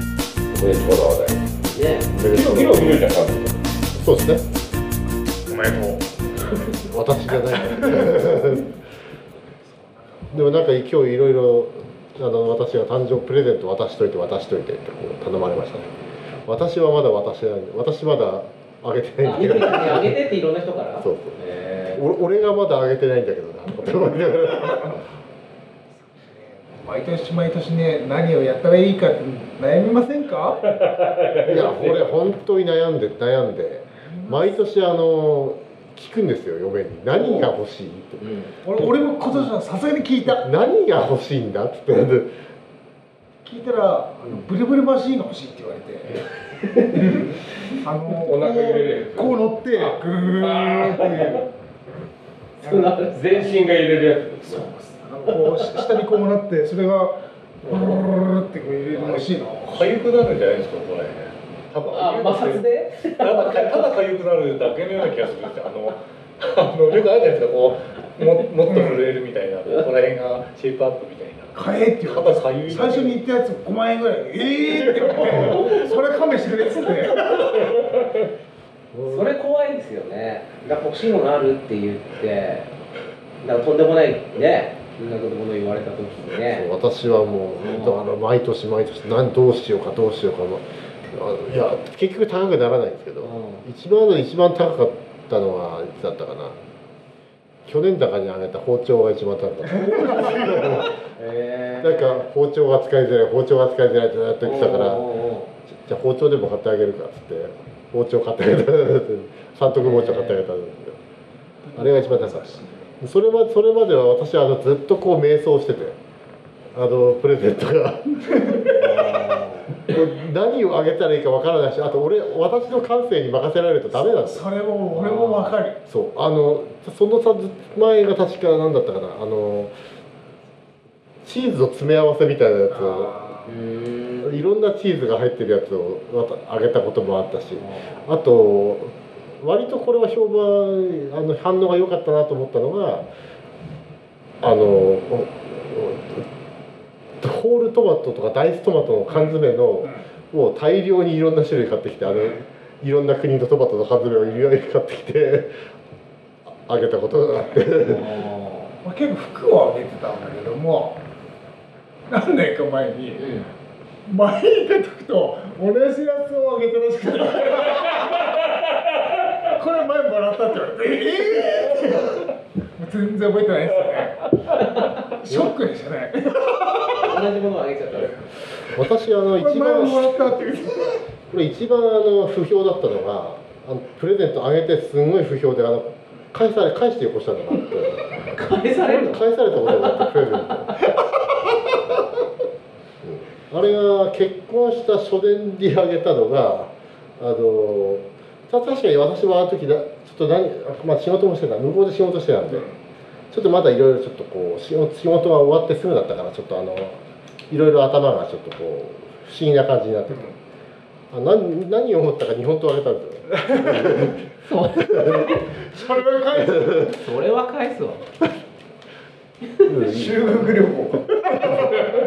ねわざわざね昨日昨日見るじゃん多分そうですおね前も 私じゃないでもなんか今日いろいろあの私が誕生日プレゼント渡しといて渡しといてってこう頼まれましたね私はまだ渡してないんで私まだあげてないあんだげけてどあげてっていろんな人からそうそうえお俺がまだあげてないんだけどなとか思いながら毎年毎年ね何をやったらいいかって悩みませんかいやこれ本当に悩んで悩んで毎年あの聞くんですよ嫁に何が欲しいってーうん俺俺も今年はさすがに聞いた何が欲しいんだって言って聞いたらあのブルブルマシーンが欲しいって言われてあのお腹揺れるやつこう乗ってグーっていうそうなる全身が揺れるやつそうですあのこうし下にこうなってそれがブルルルってこう揺れるらしいのかゆくなるんじゃないですかこれ多分あ摩擦でただただかゆくなるだけのような気がするんですよあのあのよくあるじゃないですかこうももっと震えるみたいな、ここら辺がシェイプアップみたいな買えって言われ肩かゆてい最初に言ったやつ5万円ぐらいでええー、って言ってそれは勘弁してくれっつっそてれ怖いですよねだから欲しいものあるって言ってなんかとんでもないねそんなこともの言われた時にね私はもう本当あの毎年毎年何どうしようかどうしようかもあのいや結局高くならないんですけうどん一番一番高かったのはいつだったかな去年高にあげた包丁が一番高かったえーなんか包丁が使いづらい包丁が使いづらいってなってきたかおうおうらおうじゃあ包丁でも買ってあげるかっつって包丁買って あげた三徳包丁買ってあげたんですよ、あれが一番高いそれまそれまでは私はあのずっとこう迷走しててあのプレゼントが 何をあげたらいいかわからないしあと俺私の感性に任せられるとダメなんですよそれも俺もわかるそうあのそのさ前が確か何だったかなあのチーズの詰め合わせみたいなやつをうーんいろんなチーズが入ってるやつをあげたこともあったしあと割とこれは評判あの反応が良かったなと思ったのがあのおおホールトマトとかダイストマトの缶詰のを大量にいろんな種類買ってきてあのいろんな国のトマトの缶詰をいろいろ買ってきてああげたことがあってまあ、結構服をあげてたんだけども何年か前に前に出てくと同じやつをあげてほしくてこれ前もらったって言われてええー、全然覚えてないですよねショックでしたね同じものをあげちゃったら私あの一これ前も番もらったって言ってこれ一番あの不評だったのがあのプレゼントあげてすごい不評であの返され返してよこしたのがあって返されるの返されたことがあってプレゼント、うんあれが結婚した初年にあげたのがあのた確かに私もあの時だちょっと何、まあ、仕事もしてた向こうで仕事してたんで、ちょっとまだいろいろちょっとこう仕事仕事が終わってすぐだったからちょっとあのいろいろ頭がちょっとこう不思議な感じになってて。あ何何を思ったか日本刀あげたんですよねそれは返すそれは返すわうん修学旅行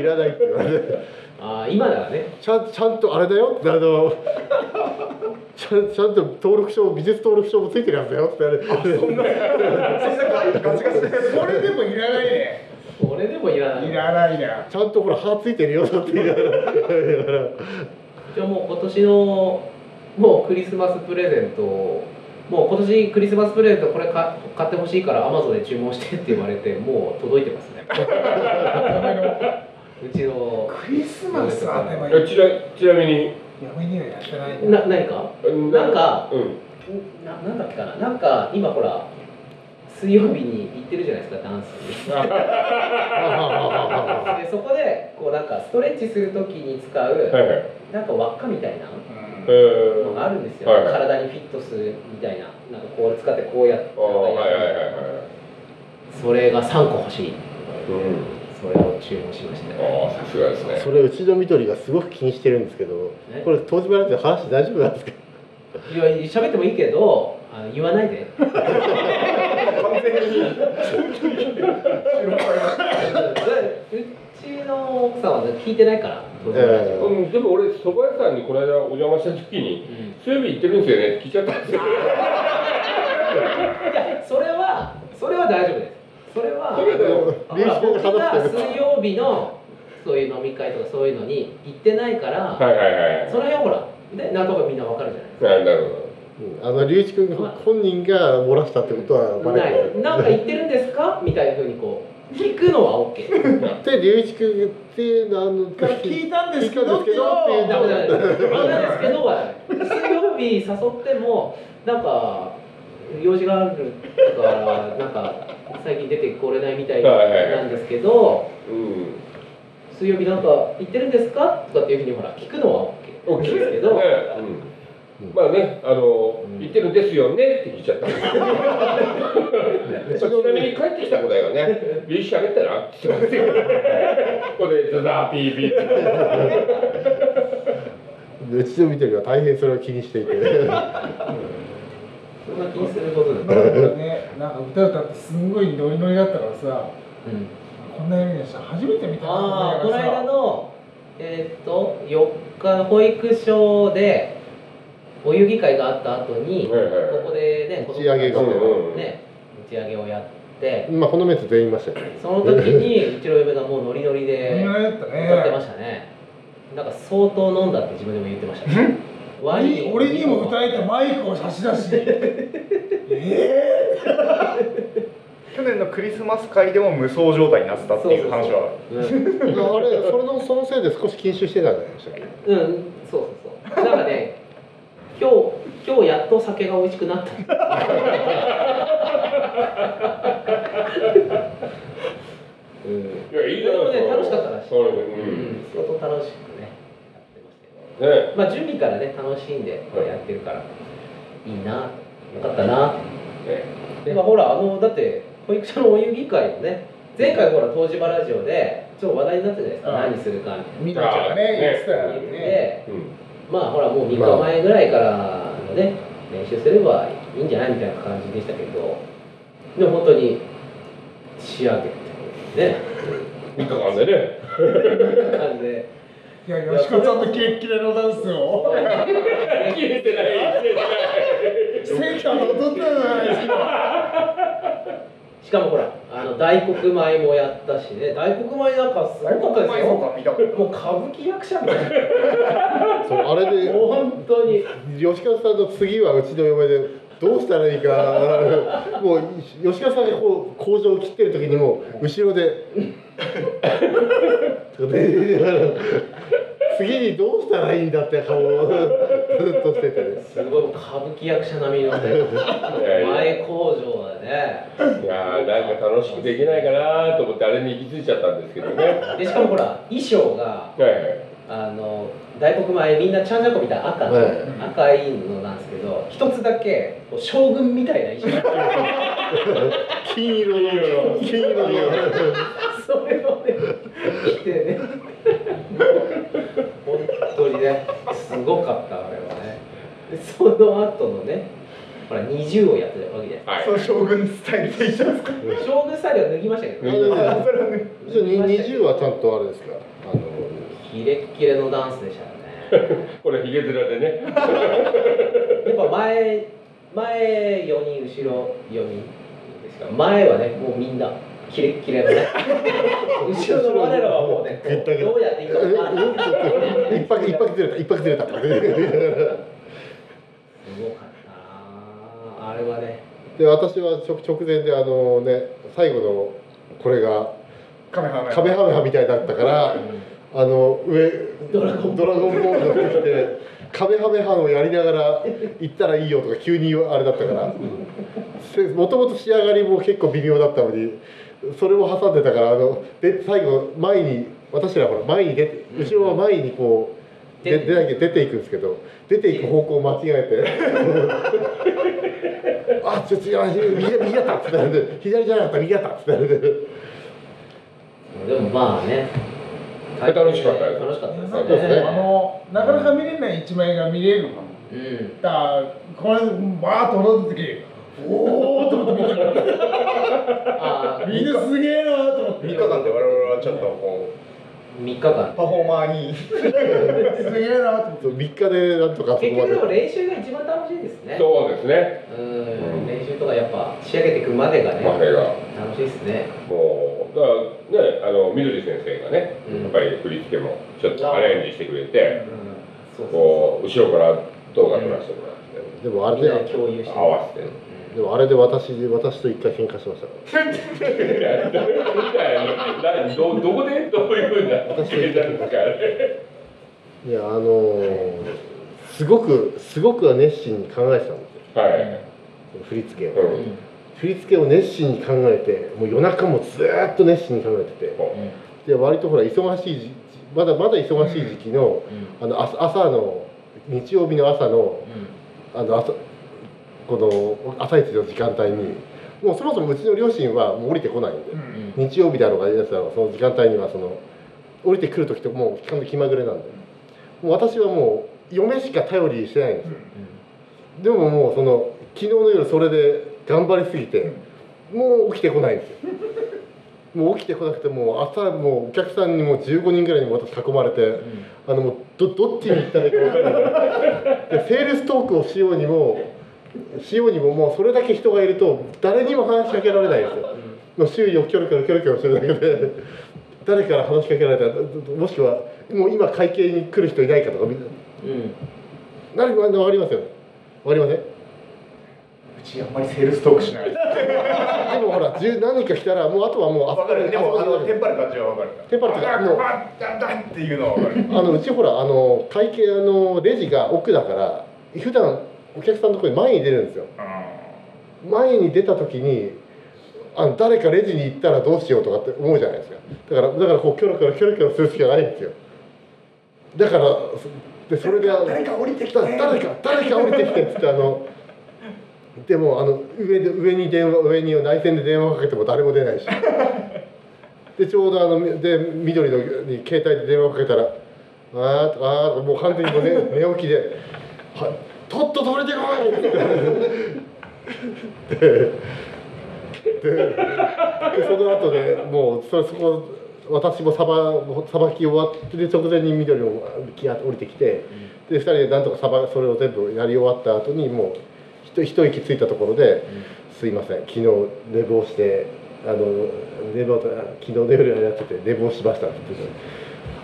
いらないって言われてあー今ならねちゃんちゃんとあれだよってあの ちゃんちゃんと登録証美術登録証もついてるやつだよって言われてそれでもいらないねそれでもいらないいらない なちゃんとほら歯ついてるよって言いながらじゃあもう今年のもうクリスマスプレゼントをもう今年クリスマスプレゼントこれか買ってほしいからアマゾンで注文してって言われてもう届いてますねうちのクリスマスは頭えちなちなみにやめにはやってないな何かなんかうんんななんだっけかななんか今ほら水曜日に行ってるじゃないですかダンスにでそこでこうなんかストレッチするときに使う、はいはいなんか輪っかみたいなうんえーのがあるんですよ、はいはい体にフィットするみたいななんかこう使ってこうやってあーはいはいはいはそれが3個欲しいいうんそれを注文しましたよああさすがですねそれうちのみどりがすごく気にしてるんですけどこれ東芝ラジオ話大丈夫なんですかいや喋ってもいいけどあの言わないで うちの奥さんは聞いてないから当然ええうん、でも俺蕎麦屋さんにこの間お邪魔した時にうん「強火行ってるんですよね」って聞いちゃったんですよそれはそれは大丈夫ですそれはそれだよ臨時で僕が話して水曜日のそういう飲み会とかそういうのに行ってないから、はいはいはいその辺ほらでなんとかみんなわかるじゃないですかなんだろううんあの龍一君が本人が漏らしたってことはバレてるないなんか言ってるんですかみたいなふうにこう聞くのは OK で龍一君って何のから聞いたんですけどっていう聞いたんですけどっていうダメダメダメなんですけどはダメ水曜日誘ってもなんか用事があるからなんか最近出てこれないみたいなんですけどうん水曜日なんか行ってるんですかとかっていうふうにほら聞くのは OK なんですけど、ねうん、まあねあの、うん行ってるんですよねって聞いちゃった まあちなみに帰ってきた子だよね「ビーしゃべったな」って言ってますよここでザザーピーピーってうちの見てるが大変それを気にしていてそんな気にすることなんだ、なんかねなんか歌歌ってすんごいノリノリだったからさうんこんな夢でした初めて見たああこの間ののえーっと4日保育所でお遊戯会があった後にこはいはいはいこでね打ち上げがうんうんうんね打ち上げをやってまあこのメンツ全員いましたよねその時にうちの嫁がもうノリノリノリでノリだったね歌ってましたねなんか相当飲んだって自分でも言ってましたねワイン俺にも歌えとマイクを差し出しえ去年のクリスマス会でも無双状態になってたっていう話はあれそれのそのせいで少し禁酒してたんじゃないでしたっけうんそうそうそうだからね今日今日やっと酒が美味しくなったうんいやいいじゃないですかでもね楽しかったらしいそうですうねん相当楽しくねやってましたようんねまあ準備からね楽しんではいやってるからいいなよかったなねでまあほらあのだって保育所のお遊戯会のね前回ほら東芝ラジオでちょっと話題になったじゃないですかああ何するかみたいなーみなちゃんがねね言ってたよ言ってねてうんまあほらもう3日前ぐらいからのね練習すればいいんじゃないみたいな感じでしたけどでも本当に仕上げてね見た感じでね感じでいや吉子ちゃんのキレッキレのダンスを切れてない切れてないセンターの踊ったじゃないですかしかもほらあの大黒米もやったしね大黒米なんかすごかったですよ見たこともう歌舞伎役者みたいなそうあれで本当に吉川さんの次はうちの嫁でどうしたらい いかもう吉川さんがこう工場を切ってる時にもう後ろで次にどうしたらいいんだって顔をずっとして てねすごい歌舞伎役者並みのねやいや前工場だねいやーなんか楽しくできないかなと思ってあれに行き着いちゃったんですけどねはでしかもほら衣装がいはいあの大黒米みんなちゃんじゃこみたいな赤の、はい赤いのなんですけど一つだけこう将軍みたいな衣装金色の金色の それをね着てね 本当にねすごかったあれはねでその後のねほら20をやってたわけじゃないはいその将軍スタイルでいっちゃうんですかですか将軍スタイルは脱ぎましたけどね あのそれはねじゃあに20はちゃんとあれですかあの キレッキレのダンスでした よねこれヒゲ面でねやっぱ前前4人後ろ4人ですから前はねもうみんなキレッキレの ね後ろの我らはもうねこうどうやっていいか分からないえ一泊一泊ずれた一泊ずれたとかすごかったなああれはねで私は直直前であのね最後のこれがカメハメカメハメハみたいだったからあの上ドラゴンドラゴンボールの服着てカメハメハをやりながら行ったらいいよとか急にあれだったからせもともと仕上がりも結構微妙だったのにそれも挟んでたからあので最後前に私らほら前に出て後ろは前にこう。で出なきゃ出ていくんですけど出ていく方向を間違 えて「あちょっと違う右だ右だった」ってなるんで「左じゃなかった右だった」ってなるんで。でもまあね楽しかったよ楽しかったですなよんねかねあのなかなか見れない一枚が見れるのかもうんだからこれバーッと踊った時おおと思って見てたあーみんなすげえなーと思って3日間で我々はちょっとこう3日間パフォーマーにすげえなと思ってそう3日でなんとかそこ結ま局ででも練習が一番楽しいですねそうですねうん練習とかやっぱ仕上げていくまでがねまあそれが楽しいですねもうだからねあの緑先生がねうんやっぱり振り付けもちょっとアレンジしてくれてそうそこう後ろから動画撮らせてもらっでて、もあうそうれみんなでで共有して合わせてるでもあれで私私と一回喧嘩しましたから誰どどこでどういうふうな経験なんですかいやあのーすごくすごく熱心に考えてたんですよはい、振り付けうをん、振り付けを熱心に考えてもう夜中もずーっと熱心に考えてうてんで割とほら忙しい時まだまだ忙しい時期のうんあの朝朝の日曜日の朝のあの朝この朝一の時間帯にもうそもそもうちの両親はもう降りてこないんでうんうん日曜日だろうがいやつだろうがその時間帯にはその降りてくる時ともう期間の気まぐれなんでもう私はもう嫁しか頼りしてないんですよでももうその昨日の夜それで頑張りすぎてもう起きてこないんですよもう起きてこなくてもう朝もうお客さんにもう15人ぐらいに私囲まれて。うんあのもうどどっちに行ったらいいか分からないでセールストークをしようにもしようにももうそれだけ人がいると誰にも話しかけられないですよもう周囲をキョロキョロキョロキョロしてるだけで誰から話しかけられたらどどもしくはもう今会計に来る人いないかとかみんなうんなる分かりますよね分かりませんうちあんまりセールストークしないでもほら10何人か来たらもうあとはもうあわかるでもあのテンパパる感じはわかるテンパるっていうかあもうあダンダンっていうのはわかるあのうちほらあの会計あのレジが奥だから普段お客さんのところに前に出るんですよ前に出た時にあの誰かレジに行ったらどうしようとかって思うじゃないですかだからだからこうキョロキョロキョロキョロするしかないんですよだからそでそれであの誰か降りてきてだ誰か誰か降りてきてっつってあのでもあの上で上に電話上に内線で電話かけても誰も出ないしでちょうどあので緑のに携帯で電話かけたら「あーとかあーとかもう完全にもう、ね、寝起きで「はとっと取れてこい!」ってでででその後でもうそそこ私もさばさばき終わってる直前に緑も来や降りてきて。で2人でなんとかさばそれを全部やり終わった後にもうひと一息ついたところで「すいません昨日寝坊してあの寝坊と昨日の夜やってて寝坊しました」って言って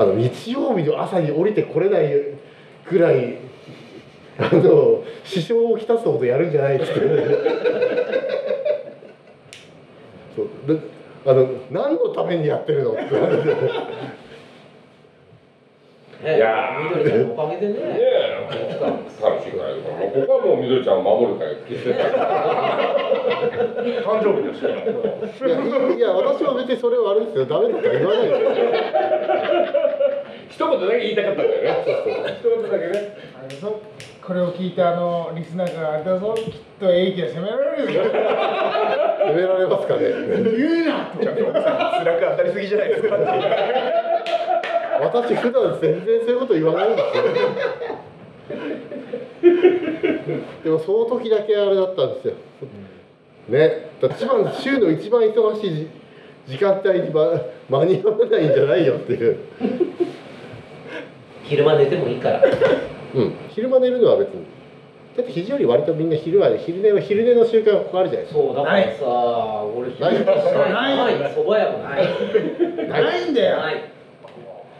あの日曜日の朝に降りてこれないぐらいあの支障をきたすほどやるんじゃないっつって そうであの何のためにやってるのって 言われてねいやー緑ちゃんのおかげでねねえ楽しいからもうここはもうみどりちゃんを守るから決して誕生日の人いやいや私は別にそれはあれですよダメだとか言わないですよ一言だけ言いたかったんだよね一言だけねあれぞこれを聞いたあのリスナーからあれだぞきっと英気は責められるぞやめられますかね言うなとちょっと奥さん辛く当たりすぎじゃないですかって私普段全然そういうこと言わないんですよでもその時だけあれだったんですよねだ一番週の一番忙しい時間帯に間間に合わないんじゃないよっていう昼間寝てもいいからうん昼間寝るのは別にだって肘より割とみんな昼は昼寝は昼寝の習慣がここあるじゃないですそうだからさ俺昼間しないないないそば屋もないないんだよない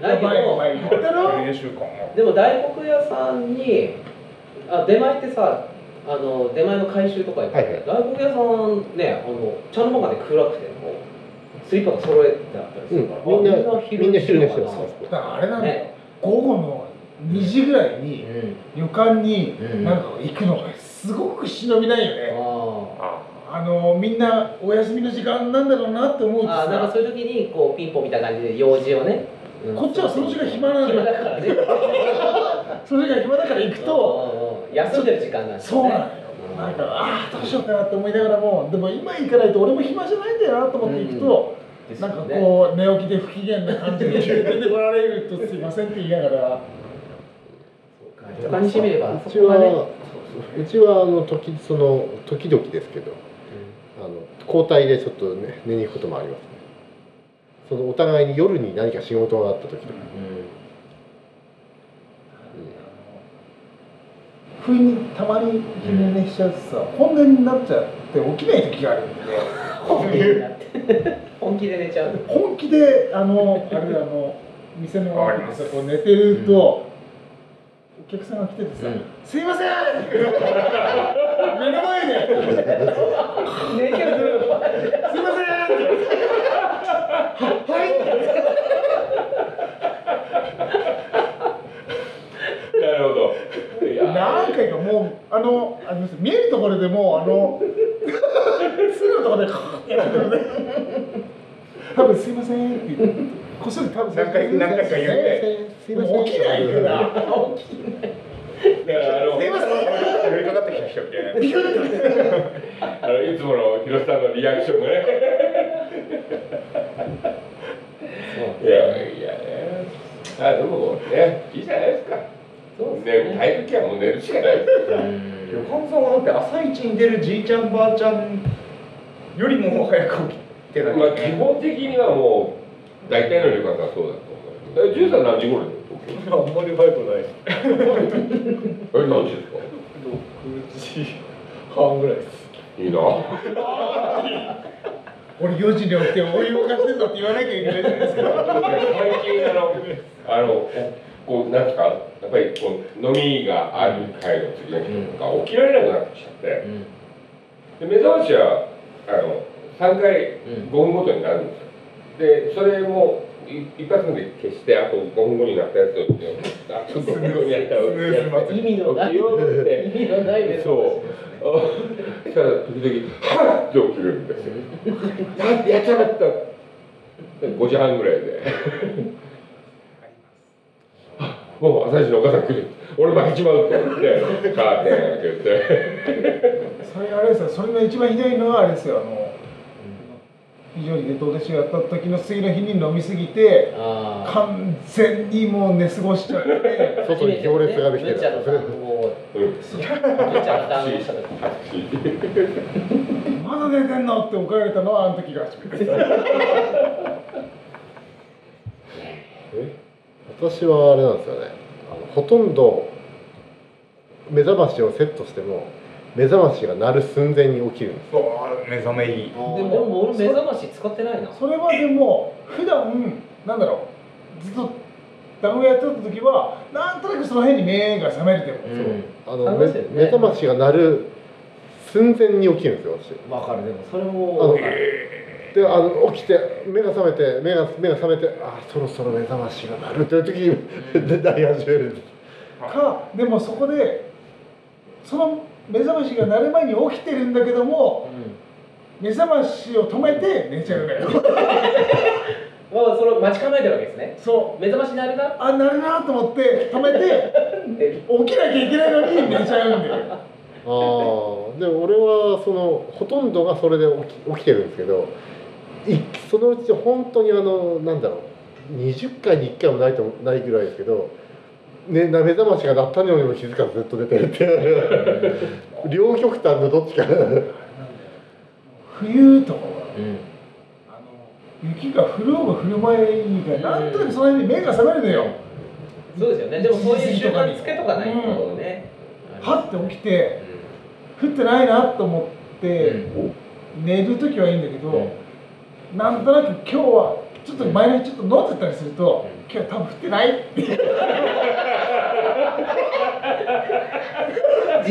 だやけばいおど前言ったろ練習感がでも大黒屋さんにあ出前ってさあの出前の回収とかやってはいはいて、大黒屋さんねあの茶の間がね暗くてもうスリッパが揃えてあったりするから、うんみんなあかみんな昼寝してますかだからあれななんだよね午後の2時ぐらいにうん旅館にうんなんか行くのがすごく忍びないよねああのみんなお休みの時間なんだろうなって思うーとあーなんかさそういう時にこうピンポンみたいな感じで用事をね、うんこっちはその時間暇なんだ暇よだからね それが暇だから行くとうんうんうん休んでる時間なんですそうなのようんなんかああどうしようかなって思いながらもでも今行かないと俺も暇じゃないんだよなと思って行くと、ですよなんねかこう寝起きで不機嫌な感じで出てこられるとすいませんって言いながら他にしてみればうちはうちはあの時その時々ですけどあの交代でちょっと、ね、寝に行くこともありますね。そのお互いに夜に何か仕事があった時とか、不意にたまに昼寝しちゃってさ本音になっちゃって起きない時があるんで本気になって本気で寝ちゃう本気であのあれあ の店のわかりますこう寝てると、お客さんが来ててさう「んすいません!」目の前で「寝てるすいません!」はいなるほど。いや何回かもうあのあの見えるところでもうあのすぐのところでカーッてやってるね多分すいませんって言ってこっそり多分何回何回か言うねすいません起きないから起きないだからあのすいません寄りかかってきた人みたいなあのいつもの広瀬さんのリアクションがね。いやいやね。あでもねいいじゃないですか。そうですねね体育系はもう寝るしかないです。横浜さんはだって朝一に出るじいちゃんばあちゃんよりも早く起きてないまあ基本的にはもう大体の旅館がそうだと思う。えジュンさん何時頃に東京？あんまり早くないですえ何時ですか？ 6時半ぐらいですいいな。俺4時に起きてお湯沸かしてんだって言わなきゃいけないじゃないですか最近あのあのこうなんですかやっぱりこう飲みがある会の次の日とか起きられなくなってきちゃって。うんで目覚ましはあの3回うん5分ごとになるんですよ、でそれもい一発目で消してあと5分後になったやつをあと5分後になったやつをやって意味のな起いきようっ意て味のないですそうあしたら時々「はっ!」って起きるんですよ「やっやっちゃった!」で5時半ぐらいであ「もう朝一のお母さん来る俺負けちまう」って言ってカーテン開けて。それあれですよそれの一番ひどいのはあれですよあの非常にデトーデシが当たった時の次の日に飲みすぎてあ完全にもう寝過ごしちゃってあ外に行列ができてるむちゃの単語をうんむちゃの単語をした時まだ寝てんのって怒られたのはあの時が初めてです私はあれなんですよねあのほとんど目覚ましをセットしても目覚ましが鳴る寸前に起きるんですそう目覚めいいでも俺目覚まし使ってないなそれはでも普段なんだろうずっと団子やってた時はなんとなくその辺に目が覚めるでも、うああのりめますよね目覚ましが鳴る寸前に起きるんですよん私わかるでもそれあのもであの起きて目が覚めて目が目が覚めてあーそろそろ目覚ましが鳴るという時にで鳴り始めるんですかでもそこでその目覚ましが鳴る前に起きてるんだけどもうん目覚ましを止めて寝ちゃうのよまあそれを待ち構えてるわけですねそう目覚ましになるなあ鳴るなと思って止めてってる起きなきゃいけないのに寝ちゃうんだよあーで俺はそのほとんどがそれで起き起きてるんですけどいそのうち本当にあのなんだろう20回に1回もないとないぐらいですけど、ね、な目覚ましが鳴ったのにも気づかずずっと出てるっていう両極端のどっちか 冬とかはうんあの雪が降ろうが降る前にかなんとなくその辺に目が覚めるのよそうですよねでもそういう習慣つけとかないとねはって起きてう降ってないなと思って、ん寝る時はいいんだけど、なんとなく今日はちょっと前の日ちょっと飲んでたりすると、うん今日多分降ってないって 自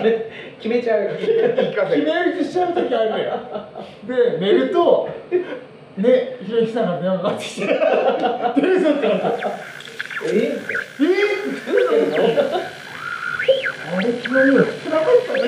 分決めちゃう言い聞かせ決るめ打ちしちゃう時あるのよで寝るとねひろゆきさんが電話かかってきて「テレビってなったええーって来てるのにあれ昨日夜降ってなかったね」